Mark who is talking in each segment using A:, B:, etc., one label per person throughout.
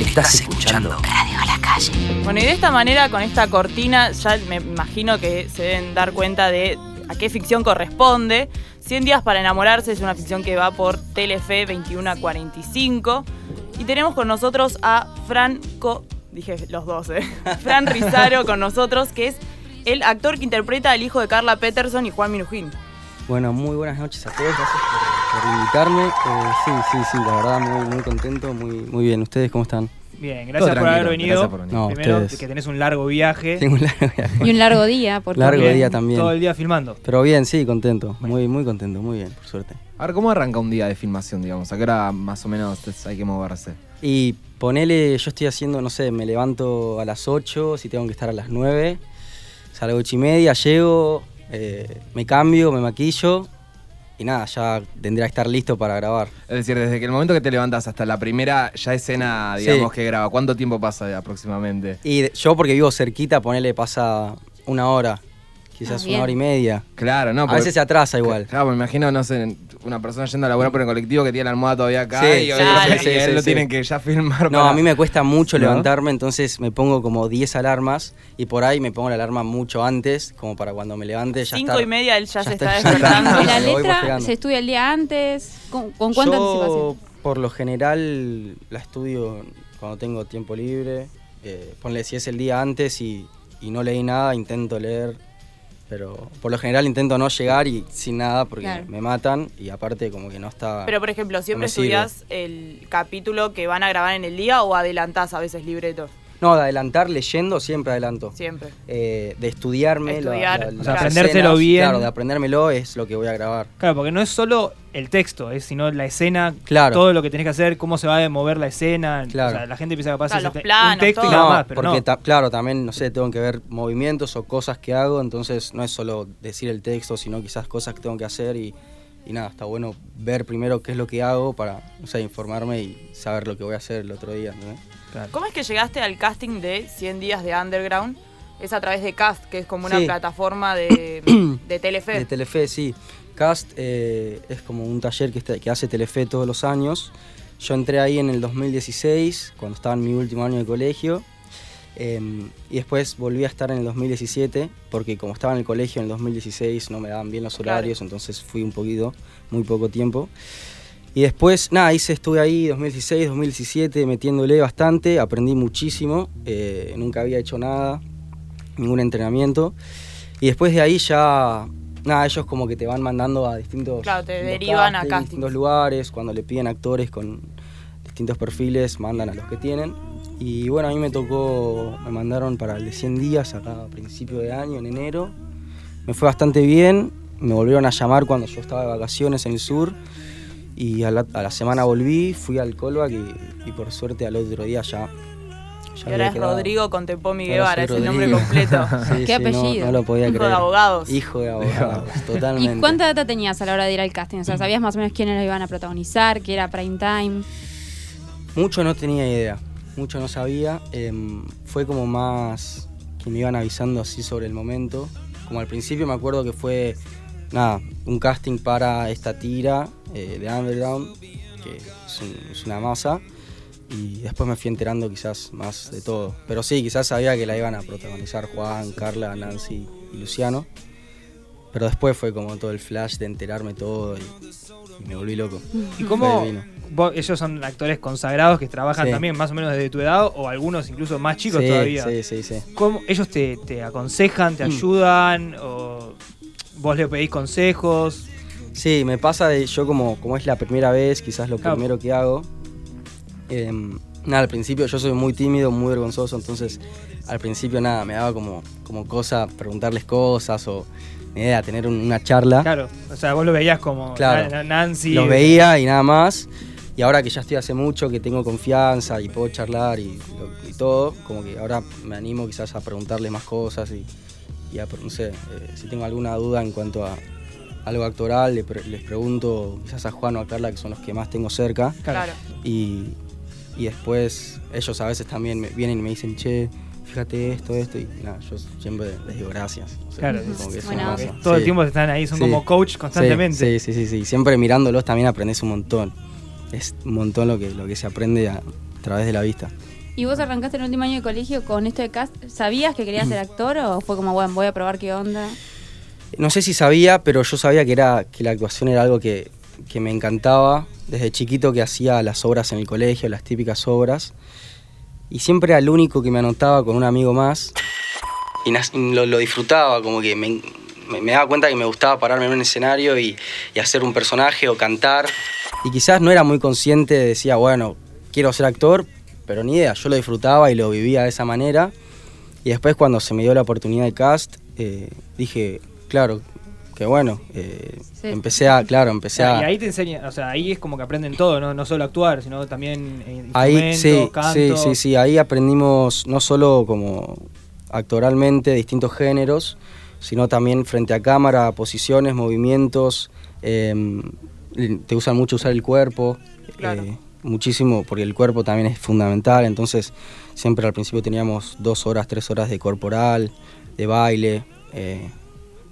A: Estás escuchando
B: Radio a la calle.
C: Bueno, y de esta manera, con esta cortina, ya me imagino que se deben dar cuenta de a qué ficción corresponde. 100 días para enamorarse es una ficción que va por Telefe 21 a 45. Y tenemos con nosotros a Franco, dije los dos, ¿eh? Fran Rizaro con nosotros, que es el actor que interpreta al hijo de Carla Peterson y Juan Minujín.
D: Bueno, muy buenas noches a todos, gracias por, por invitarme. Eh, sí, sí, sí, la verdad, muy, muy contento, muy, muy bien. ¿Ustedes cómo están?
E: Bien,
F: Todo
E: gracias por haber
F: tranquilo,
E: venido.
F: gracias por venir.
D: No,
E: Primero,
D: ustedes.
E: que tenés un largo viaje.
D: Tengo un largo viaje.
B: Y un largo día, porque
D: Largo
E: Bien,
D: día también.
E: Todo el día filmando.
D: Pero bien, sí, contento. Muy, muy contento, muy bien, por suerte.
F: A ver, ¿cómo arranca un día de filmación, digamos? ¿A qué hora más o menos es- hay que moverse?
D: Y ponele, yo estoy haciendo, no sé, me levanto a las 8, si tengo que estar a las 9, salgo a 8 y media, llego, eh, me cambio, me maquillo y nada, ya tendría que estar listo para grabar.
F: Es decir, desde que el momento que te levantas hasta la primera ya escena, digamos,
D: Sí.
F: que graba. ¿Cuánto tiempo pasa aproximadamente?
D: Y de- yo porque vivo cerquita, ponele, pasa una hora,
B: Ah,
D: quizás
B: bien.
D: una hora y media.
F: Claro, ¿no?
D: a
F: porque-
D: veces se atrasa igual.
F: Claro, me imagino, no sé, una persona yendo a laburar por el colectivo que tiene la almohada todavía acá
D: Sí,
F: y,
D: sí,
F: obviamente-
C: sí, sí,
F: y a él
D: sí,
F: lo
D: sí.
F: tienen que ya filmar.
D: No,
F: para-
D: a mí me cuesta mucho
F: ¿No?
D: levantarme, entonces me pongo como 10 alarmas y por ahí me pongo la alarma mucho antes, como para cuando me levante ya
C: Cinco
D: estar-
C: y media él ya,
D: ya
C: se
D: está-
C: está,
D: ya está.
C: despertando.
B: ¿Y la
D: Lo voy
B: letra
D: postergando.
B: se estudia el día antes? ¿Con, con cuánta
D: Yo,
B: anticipación?
D: Por lo general la estudio cuando tengo tiempo libre. Eh, ponle si es el día antes y, y no leí nada, intento leer. Pero por lo general intento no llegar y sin nada porque
B: Claro.
D: me matan y aparte como que no está...
C: Pero, por ejemplo, ¿siempre
D: me sirve.
C: estudias el capítulo que van a grabar en el día o adelantás a veces libretos?
D: No, de adelantar leyendo siempre adelanto.
C: Siempre.
D: Eh, de estudiarme, la-
C: Estudiar.
D: la-
C: O sea,
D: las
E: aprendérselo
D: escenas,
E: bien.
D: Claro, de aprendérmelo es lo que voy a grabar.
E: Claro, porque no es solo el texto, es sino la escena,
D: Claro.
E: todo lo que tenés que hacer, cómo se va a mover la escena.
D: Claro.
E: O sea, la gente piensa que pasa
C: Claro, los
E: un
C: planos,
E: texto y
C: todo.
E: nada
D: No,
E: más, pero
D: porque
E: no.
D: ta- claro, también, no sé, tengo que ver movimientos o cosas que hago, entonces no es solo decir el texto, sino quizás cosas que tengo que hacer y, y nada, está bueno ver primero qué es lo que hago para, o sea, informarme y saber lo que voy a hacer el otro día, ¿entendés?
E: Claro.
C: ¿Cómo es que llegaste al casting de 100 días de Underground? Es a través de Cast, que es como una
D: Sí.
C: plataforma de, de Telefe.
D: De Telefe, sí. Cast eh, es como un taller que, está- que hace Telefe todos los años. Yo entré ahí en el 2016, cuando estaba en mi último año de colegio. Em, y después volví a estar en el 2017, porque como estaba en el colegio en el 2016 no me daban bien los
C: Claro.
D: horarios, entonces fui un poquito, muy poco tiempo. Y después, nada, hice, estuve ahí 2016, 2017 metiéndole bastante, aprendí muchísimo, eh, nunca había hecho nada, ningún entrenamiento. Y después de ahí ya, nada, ellos como que te van mandando a distintos,
C: Claro, te
D: distintos
C: derivan a castings.
D: distintos lugares, cuando le piden actores con distintos perfiles, mandan a los que tienen. Y bueno, a mí me tocó, me mandaron para el de 100 días acá a principio de año, en enero. Me fue bastante bien, me volvieron a llamar cuando yo estaba de vacaciones en el sur. Y a la, a la semana volví, fui al callback y, y por suerte al otro día ya. ya había
C: y ahora es
D: quedado.
C: Rodrigo Contepomi
D: Ahora
C: Guevara, es
D: soy
C: el nombre
D: Rodrigo.
C: completo.
D: Sí,
B: ¿Qué
D: sí, no-
B: apellido?
D: No, lo podía
C: Hijo de
D: creer.
C: abogados.
D: Hijo de abogados, totalmente.
B: ¿Y cuánta data tenías a la hora de ir al casting? O sea, ¿sabías más o menos quiénes lo iban a protagonizar? ¿Qué era prime time?
D: Mucho no tenía idea, mucho no sabía. em, fue como más que me iban avisando así sobre el momento. Como al principio me acuerdo que fue, nada, un casting para esta tira eh, de Underground, que es, un- es una masa. Y después me fui enterando quizás más de todo. Pero sí, quizás sabía que la iban a protagonizar Juan, Carla, Nancy y Luciano. Pero después fue como todo el flash de enterarme todo y, y me volví loco.
E: ¿Y cómo
D: Fue divino.
E: vos- ellos son actores consagrados que trabajan
D: Sí.
E: también más o menos desde tu edad o algunos incluso más chicos
D: Sí,
E: todavía?
D: Sí, sí, sí.
E: ¿Cómo ellos te, te aconsejan, te
D: Mm.
E: ayudan o vos le pedís consejos?
D: Sí, me pasa de yo como, como es la primera vez, quizás lo
E: Claro.
D: primero que hago. em, nada, al principio yo soy muy tímido, muy vergonzoso, entonces al principio nada, me daba como, como cosa preguntarles cosas o ni idea, tener un- una charla.
E: Claro, o sea, vos lo veías como
D: ¿Ah? Claro.
E: Na- Na- Nancy.
D: Los veía y nada más. Y ahora que ya estoy hace mucho, que tengo confianza y puedo charlar y, lo- y todo, como que ahora me animo quizás a preguntarles más cosas y, y a, no sé, eh, si tengo alguna duda en cuanto a algo actoral, le pre- les pregunto quizás a Juan o a Carla, que son los que más tengo cerca.
C: Claro.
D: Y, y después ellos a veces también me- vienen y me dicen, che, fíjate esto, esto. Y nada, yo siempre les digo gracias. O sea,
E: Claro,
D: como que es
B: Buena
D: una
B: onda.
D: cosa.
E: Todo el
D: Sí.
E: tiempo están ahí, son
D: Sí.
E: como coach
D: Sí,
E: constantemente.
D: sí, sí, sí, sí. Siempre mirándolos también aprendes un montón. Es un montón lo que, lo que se aprende a través de la vista.
B: ¿Y vos arrancaste el último año de colegio con esto de cast? ¿Sabías que querías ser actor o fue como, bueno, voy a probar qué onda?
D: No sé si sabía, pero yo sabía que, era, que la actuación era algo que, que me encantaba desde chiquito que hacía las obras en el colegio, las típicas obras. Y siempre era el único que me anotaba con un amigo más. Y nas- y lo, lo disfrutaba, como que me, me- me daba cuenta que me gustaba pararme en un escenario y, y hacer un personaje o cantar. Y quizás no era muy consciente, decía, bueno, quiero ser actor, pero ni idea, yo lo disfrutaba y lo vivía de esa manera. Y después cuando se me dio la oportunidad de cast, eh, dije, claro, que bueno. eh,
B: Sí.
D: Empecé a, claro, empecé a...
E: y ahí te enseña, o sea, ahí es como que aprenden todo, no, no solo actuar, sino también eh,
D: Ahí sí,
E: instrumentos, canto.
D: sí, sí, sí, ahí aprendimos no solo como actoralmente distintos géneros, sino también frente a cámara, posiciones, movimientos, eh, te usan mucho usar el cuerpo,
C: Claro.
D: eh, muchísimo, porque el cuerpo también es fundamental, entonces siempre al principio teníamos dos horas, tres horas de corporal, de baile, eh,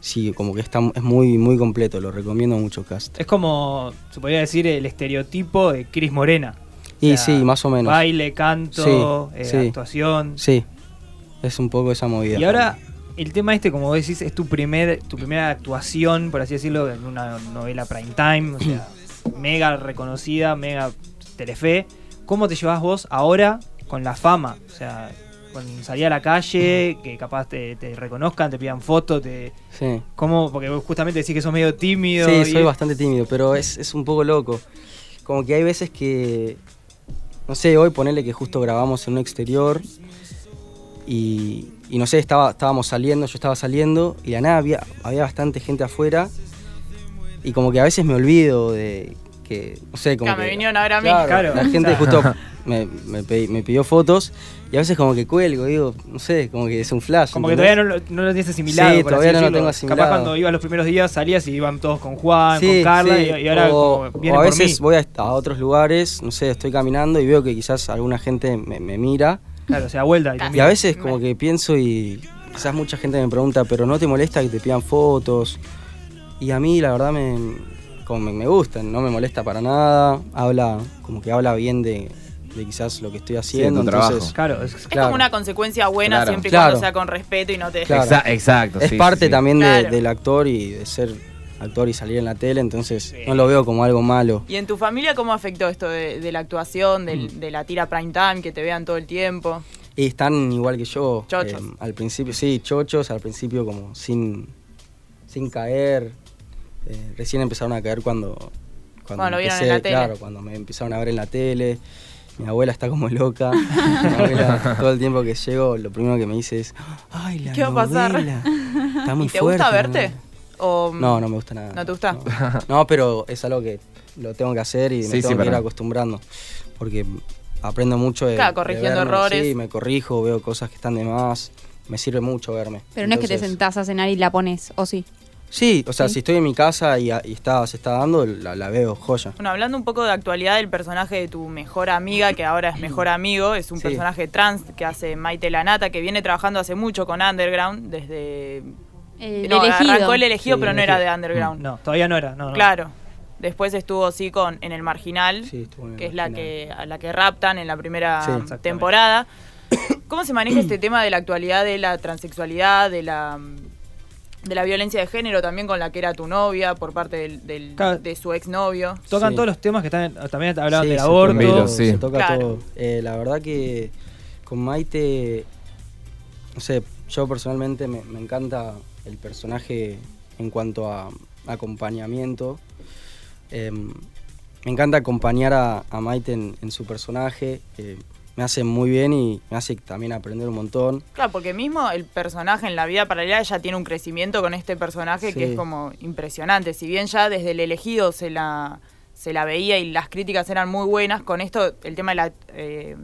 D: sí, como que está, es muy, muy completo, lo recomiendo mucho Cast.
E: Es como, se podría decir, el estereotipo de Cris Morena.
D: Y
E: O sea,
D: sí, más o menos.
E: Baile, canto,
D: Sí,
E: eh,
D: sí.
E: actuación.
D: Sí, es un poco esa movida.
E: Y ahora, el tema este, como vos decís, es tu, primer, tu primera actuación, por así decirlo, en una novela prime time, o sea, mega reconocida, mega telefe. ¿Cómo te llevas vos ahora con la fama? O sea, con salir a la calle, que capaz te, te reconozcan, te pidan fotos, te...
D: Sí.
E: ¿Cómo? Porque vos justamente decís que sos medio tímido.
D: Sí,
E: y-
D: soy bastante tímido, pero es, es un poco loco. Como que hay veces que. No sé, hoy ponerle que justo grabamos en un exterior y, y no sé, estaba, estábamos saliendo, yo estaba saliendo y de la nada había, había bastante gente afuera y como que a veces me olvido de que, no sé, como
C: Claro, me
D: que-
C: vinieron a ver a mí.
D: Claro,
E: Claro.
D: la gente
E: O sea.
D: justo me, me pedí- me pidió fotos y a veces como que cuelgo, digo, no sé, como que es un flash.
E: Como que
D: ¿entendés?
E: todavía no lo, no lo tienes asimilado.
D: Sí,
E: por así
D: todavía no lo
E: decirlo.
D: tengo asimilado.
E: Capaz cuando ibas los primeros días salías y iban todos con Juan,
D: Sí,
E: con Carla,
D: sí,
E: y, y ahora
D: o,
E: como vienen
D: o a
E: por
D: veces
E: mí.
D: voy a, est- a otros lugares, no sé, estoy caminando y veo que quizás alguna gente me, me mira.
E: Claro, se da vuelta. Y te
D: Y a
E: mira.
D: veces como que pienso y quizás mucha gente me pregunta, pero ¿no te molesta que te pidan fotos? Y a mí la verdad me, como me, me gustan, no me molesta para nada. Habla, como que habla bien de, de quizás lo que estoy haciendo.
F: tu trabajo.
D: entonces,
E: Claro, es-
C: Es
D: claro.
C: como una consecuencia buena
F: Claro.
C: siempre y
D: Claro.
C: cuando sea con respeto y no te dejes.
D: Claro.
F: Exa- exacto.
D: es
F: sí,
D: parte
F: sí, sí.
D: también de-
C: Claro.
D: del actor y de ser actor y salir en la tele, entonces no lo veo como algo malo.
C: ¿Y en tu familia cómo afectó esto de, de la actuación, del-
D: Mm.
C: de la tira prime time, que te vean todo el tiempo?
D: Y están igual que yo.
C: Chochos.
D: eh, al principio, sí, chochos, al principio como sin, sin caer. Eh, recién empezaron a caer cuando,
C: Cuando lo vieron en la tele.
D: Claro, cuando me empezaron a ver en la tele. Mi abuela está como loca. Mi abuela, todo el tiempo que llego, lo primero que me dice es, ay, la
C: ¿Qué va a pasar?
D: novela, Está muy
C: ¿Y te
D: fuerte,
C: gusta
D: la
C: verte?
D: novela".
C: ¿O
D: No, no me gusta nada.
C: ¿No te gusta?
D: No, No, pero es algo que lo tengo que hacer y me
F: Sí, sí,
D: tengo que
F: para.
D: ir acostumbrando. Porque aprendo mucho de.
C: Claro,
D: de
C: corrigiendo
D: verme,
C: errores.
D: Sí, me corrijo, veo cosas que están de más. Me sirve mucho verme.
B: Pero no es que te
D: Entonces-
B: sentás a cenar y la pones, ¿o sí?
D: Sí, o sea,
B: Sí.
D: si estoy en mi casa y, y está, se está dando, la, la veo joya.
C: Bueno, hablando un poco de actualidad del personaje de tu mejor amiga, que ahora es mejor amigo, es un
D: Sí.
C: personaje trans que hace Maite Lanata, que viene trabajando hace mucho con Underground, desde...
B: El
C: no,
B: elegido.
C: arrancó el elegido,
D: Sí,
C: pero no
D: elegido.
C: era de Underground.
E: no, todavía no era. No, no.
C: Claro. Después estuvo sí con En el Marginal,
D: Sí, estuvo en el
C: que es la
D: marginal.
C: que, a la que raptan en la primera
D: Sí, exactamente.
C: temporada. ¿Cómo se maneja este tema de la actualidad de la transexualidad, de la de la violencia de género también con la que era tu novia por parte del, del-
E: Claro.
C: de su exnovio?
E: Tocan
D: Sí.
E: todos los temas que están, también hablaban
D: Sí,
E: del
D: se toca
E: aborto.
F: Pero
D: todo,
F: sí.
D: Se toca
C: Claro.
D: todo. Eh, la verdad que con Maite, no sé, yo personalmente me, me encanta el personaje en cuanto a acompañamiento. Eh, me encanta acompañar a, a Maite en, en su personaje. eh, me hace muy bien y me hace también aprender un montón.
C: Claro, porque mismo el personaje en la vida paralela ya tiene un crecimiento con este personaje que
D: Sí.
C: es como impresionante. Si bien ya desde el elegido se la, se la veía y las críticas eran muy buenas, con esto el tema de la eh,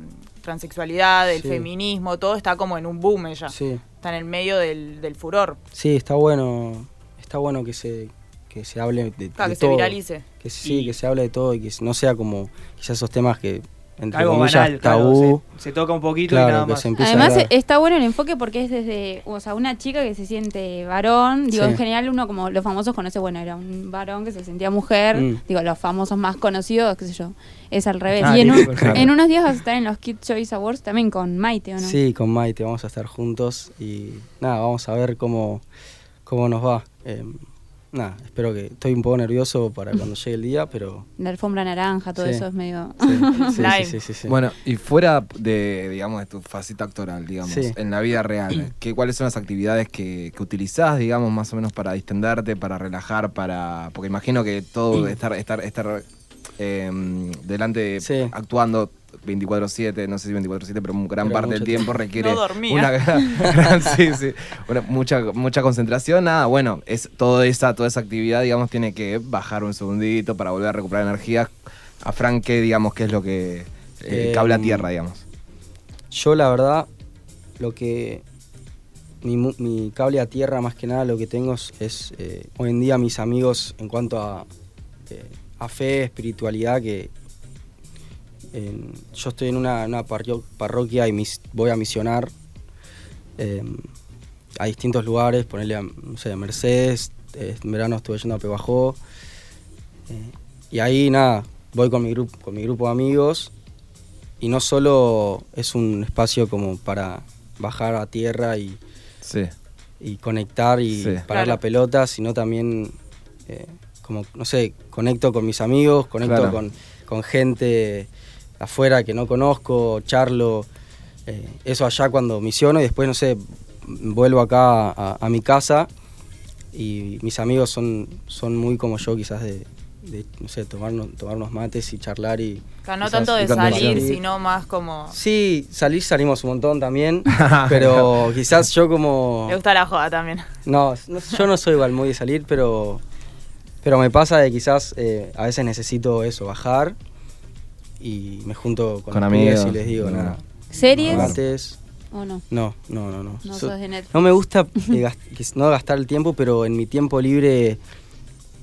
C: transexualidad, el
D: Sí.
C: feminismo, todo está como en un boom ella.
D: Sí.
C: Está en el medio del, del furor.
D: Sí, está bueno, está bueno que se, que se hable de,
C: Claro,
D: de
C: que se
D: todo.
C: viralice.
D: Que sí, que se hable de todo y que no sea como quizás esos temas que entre
E: Algo
D: comillas,
E: banal, claro,
D: tabú.
E: se, se toca un poquito y nada
D: Claro, que
E: más.
D: se empieza a
B: Además
D: hablar.
B: está bueno el enfoque porque es desde, o sea, una chica que se siente varón, digo,
D: Sí.
B: en general uno como los famosos conoce, bueno, era un varón que se sentía mujer,
D: Mm.
B: digo, los famosos más conocidos, qué sé yo, es al revés.
E: Ah,
B: y en,
E: listo,
B: un-
E: perfecto.
B: en unos días vas a estar en los Kids Choice Awards también con Maite, ¿o no?
D: Sí, con Maite vamos a estar juntos y nada, vamos a ver cómo, cómo nos va. Eh, nada, espero que. Estoy un poco nervioso para cuando llegue el día, pero.
B: La alfombra naranja, todo
D: Sí.
B: eso es medio...
D: Sí, sí,
C: Lime.
D: sí, sí, sí, sí.
F: Bueno, y fuera de, digamos, de tu faceta actoral, digamos,
D: Sí.
F: en la vida real, ¿qué, ¿cuáles son las actividades que, que utilizás, digamos, más o menos para distenderte, para relajar, para... Porque imagino que todo estar, estar, estar em, delante,
D: Sí.
F: actuando 24-7, no sé si 24-7, pero gran
D: Pero
F: parte
D: mucho
F: del tiempo
D: tiempo.
F: requiere
C: No dormía.
F: una gran- sí, sí, una- mucha, mucha concentración. Nada, bueno, es toda esa, toda esa actividad, digamos, tiene que bajar un segundito para volver a recuperar energía. A Frank, ¿qué, digamos, qué es lo que... eh,
D: Eh,
F: cable a tierra, digamos.
D: Yo, la verdad, lo que. Mi, mu- mi cable a tierra, más que nada, lo que tengo es, es, eh, hoy en día mis amigos en cuanto a, eh, a fe, espiritualidad, que en- yo estoy en una, una parrio- parroquia y mis- voy a misionar eh, a distintos lugares, ponerle a, no sé, a Mercedes, eh, en verano estuve yendo a Pebajó, eh, y ahí nada, voy con mi, grupo con mi grupo de amigos y no solo es un espacio como para bajar a tierra y,
F: Sí.
D: y conectar y
F: Sí.
D: parar
C: Claro.
D: la pelota, sino también, eh, como, no sé, conecto con mis amigos, conecto
F: Claro.
D: con, con gente afuera que no conozco, charlo, eh, eso allá cuando misiono y después, no sé, vuelvo acá a, a mi casa y mis amigos son, son muy como yo quizás de, de, no sé, tomarnos, tomarnos mates y charlar y...
C: Claro, no
D: quizás-
C: tanto de
F: y cuando
C: salir,
D: Sí.
C: sino más como.
D: Sí, salís salimos un montón también,
F: Ah,
D: pero quizás yo como...
C: Le gusta la joda también.
D: No, no, yo no soy igual muy de salir, pero, pero me pasa de quizás eh, a veces necesito eso, bajar y me junto con,
F: Con
D: los pibes
F: amigos,
D: y les digo
F: no.
D: nada.
B: ¿Series
F: Claro.
D: Mates,
B: o no?
D: no, no, no, no.
B: No
D: So-
B: sos de Netflix.
D: no me gusta eh, gas- que- no gastar el tiempo, pero en mi tiempo libre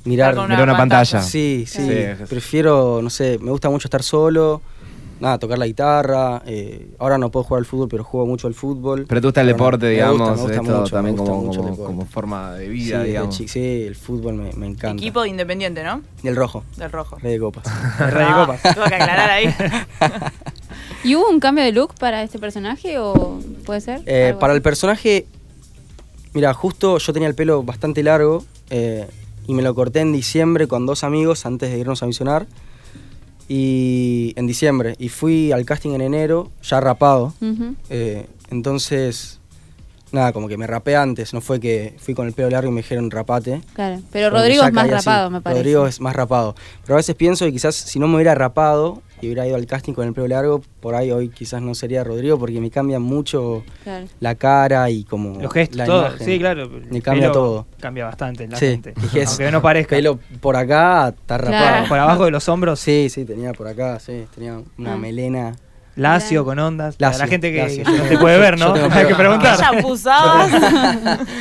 D: mirar
C: Estar con
F: Mirá una pantalla.
D: Sí, sí.
F: Sí.
D: Prefiero, no sé, me gusta mucho estar solo, nada, tocar la guitarra. eh, ahora no puedo jugar al fútbol, pero juego mucho al fútbol.
F: Pero te gusta el
D: Pero no,
F: deporte,
D: me
F: digamos,
D: gusta, me gusta
F: esto
D: mucho,
F: también
D: me gusta
F: como,
D: mucho el
F: como,
D: deporte.
F: como forma de
D: Sí,
F: vida,
D: desde
F: digamos.
D: chi- sí, el fútbol me, me encanta.
C: Equipo de Independiente, ¿no?
D: Y el rojo,
C: Del rojo.
D: rey de copas.
E: Radio
C: Ah,
E: Copas.
C: Tuve que aclarar ahí.
B: ¿Y hubo un cambio de look para este personaje o puede ser?
D: Eh,
B: Algo
D: para
B: así.
D: el personaje, mira, justo yo tenía el pelo bastante largo eh, y me lo corté en diciembre con dos amigos antes de irnos a misionar. Y en diciembre, y fui al casting en enero, ya rapado.
B: Ujú.
D: Eh, entonces, nada, como que me rapé antes, no fue que fui con el pelo largo y me dijeron rapate.
B: Claro, pero
D: Como que
B: Rodrigo
D: ya
B: es más
D: caí así.
B: rapado, me parece.
D: Rodrigo es más rapado. Pero a veces pienso que quizás si no me hubiera rapado y hubiera ido al casting con el pelo largo, por ahí hoy quizás no sería Rodrigo porque me cambian mucho
B: Claro.
D: la cara y como
E: Los gestos,
D: la
E: todo.
D: imagen.
E: Sí, claro.
D: Me
E: el
D: cambia
E: pelo
D: todo.
E: Cambia bastante en la
D: Sí,
E: gente.
D: dije eso.
E: Aunque no parezca.
D: Pelo por acá está
B: Claro.
D: rapado.
E: Por abajo de los hombros,
D: Sí, sí, tenía por acá, sí, tenía una
B: Ah.
D: melena.
E: lacio con ondas. para
D: Lacio,
E: la gente que
D: lacio.
E: que no te puede ver, ¿no?
D: Yo tengo
E: Hay que
D: pelo-
E: preguntar.
C: Ella pusaba.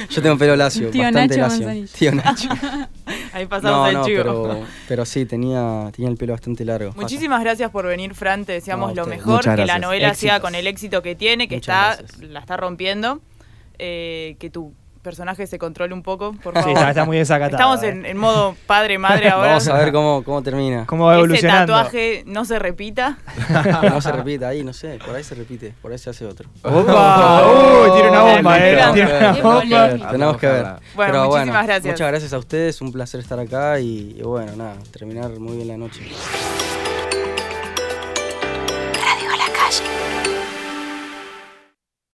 D: Yo tengo pelo lacio,
B: Tío
D: bastante
B: Nacho
D: lacio.
B: Manzanillo.
D: Tío Nacho.
C: Ahí
D: No,
C: pasamos
D: no,
C: el chivo.
D: pero, pero sí, tenía, tenía el pelo bastante largo.
C: Muchísimas gracias por venir, Fran. Te
D: No, a
C: deseamos lo
D: ustedes.
C: mejor,
F: Muchas
C: que la
F: gracias.
C: novela siga
D: Éxitos.
C: con el éxito que tiene, que
D: Muchas
C: está,
D: gracias.
C: la está rompiendo. Eh, que tu personaje se controle un poco, por
E: Sí,
C: favor.
E: está, está muy desacatado.
C: Estamos
E: eh.
C: en, en modo padre-madre ahora.
D: Vamos a ver cómo, cómo termina.
E: ¿Cómo va
C: que ese
E: evolucionando?
C: tatuaje no se repita.
D: Que no se repita ahí, no sé, por ahí se repite, por ahí se hace otro. Oh,
E: ¡Opa! ¡Uy! Tiene una bomba, eh.
C: Tenemos
E: Tiene
D: que
E: una
D: ver.
E: bomba.
B: Tenemos
D: Tenemos que ver.
F: Bueno,
D: Pero
C: muchísimas gracias.
D: Muchas gracias a ustedes, un placer estar acá y, y bueno, nada, terminar muy bien la noche.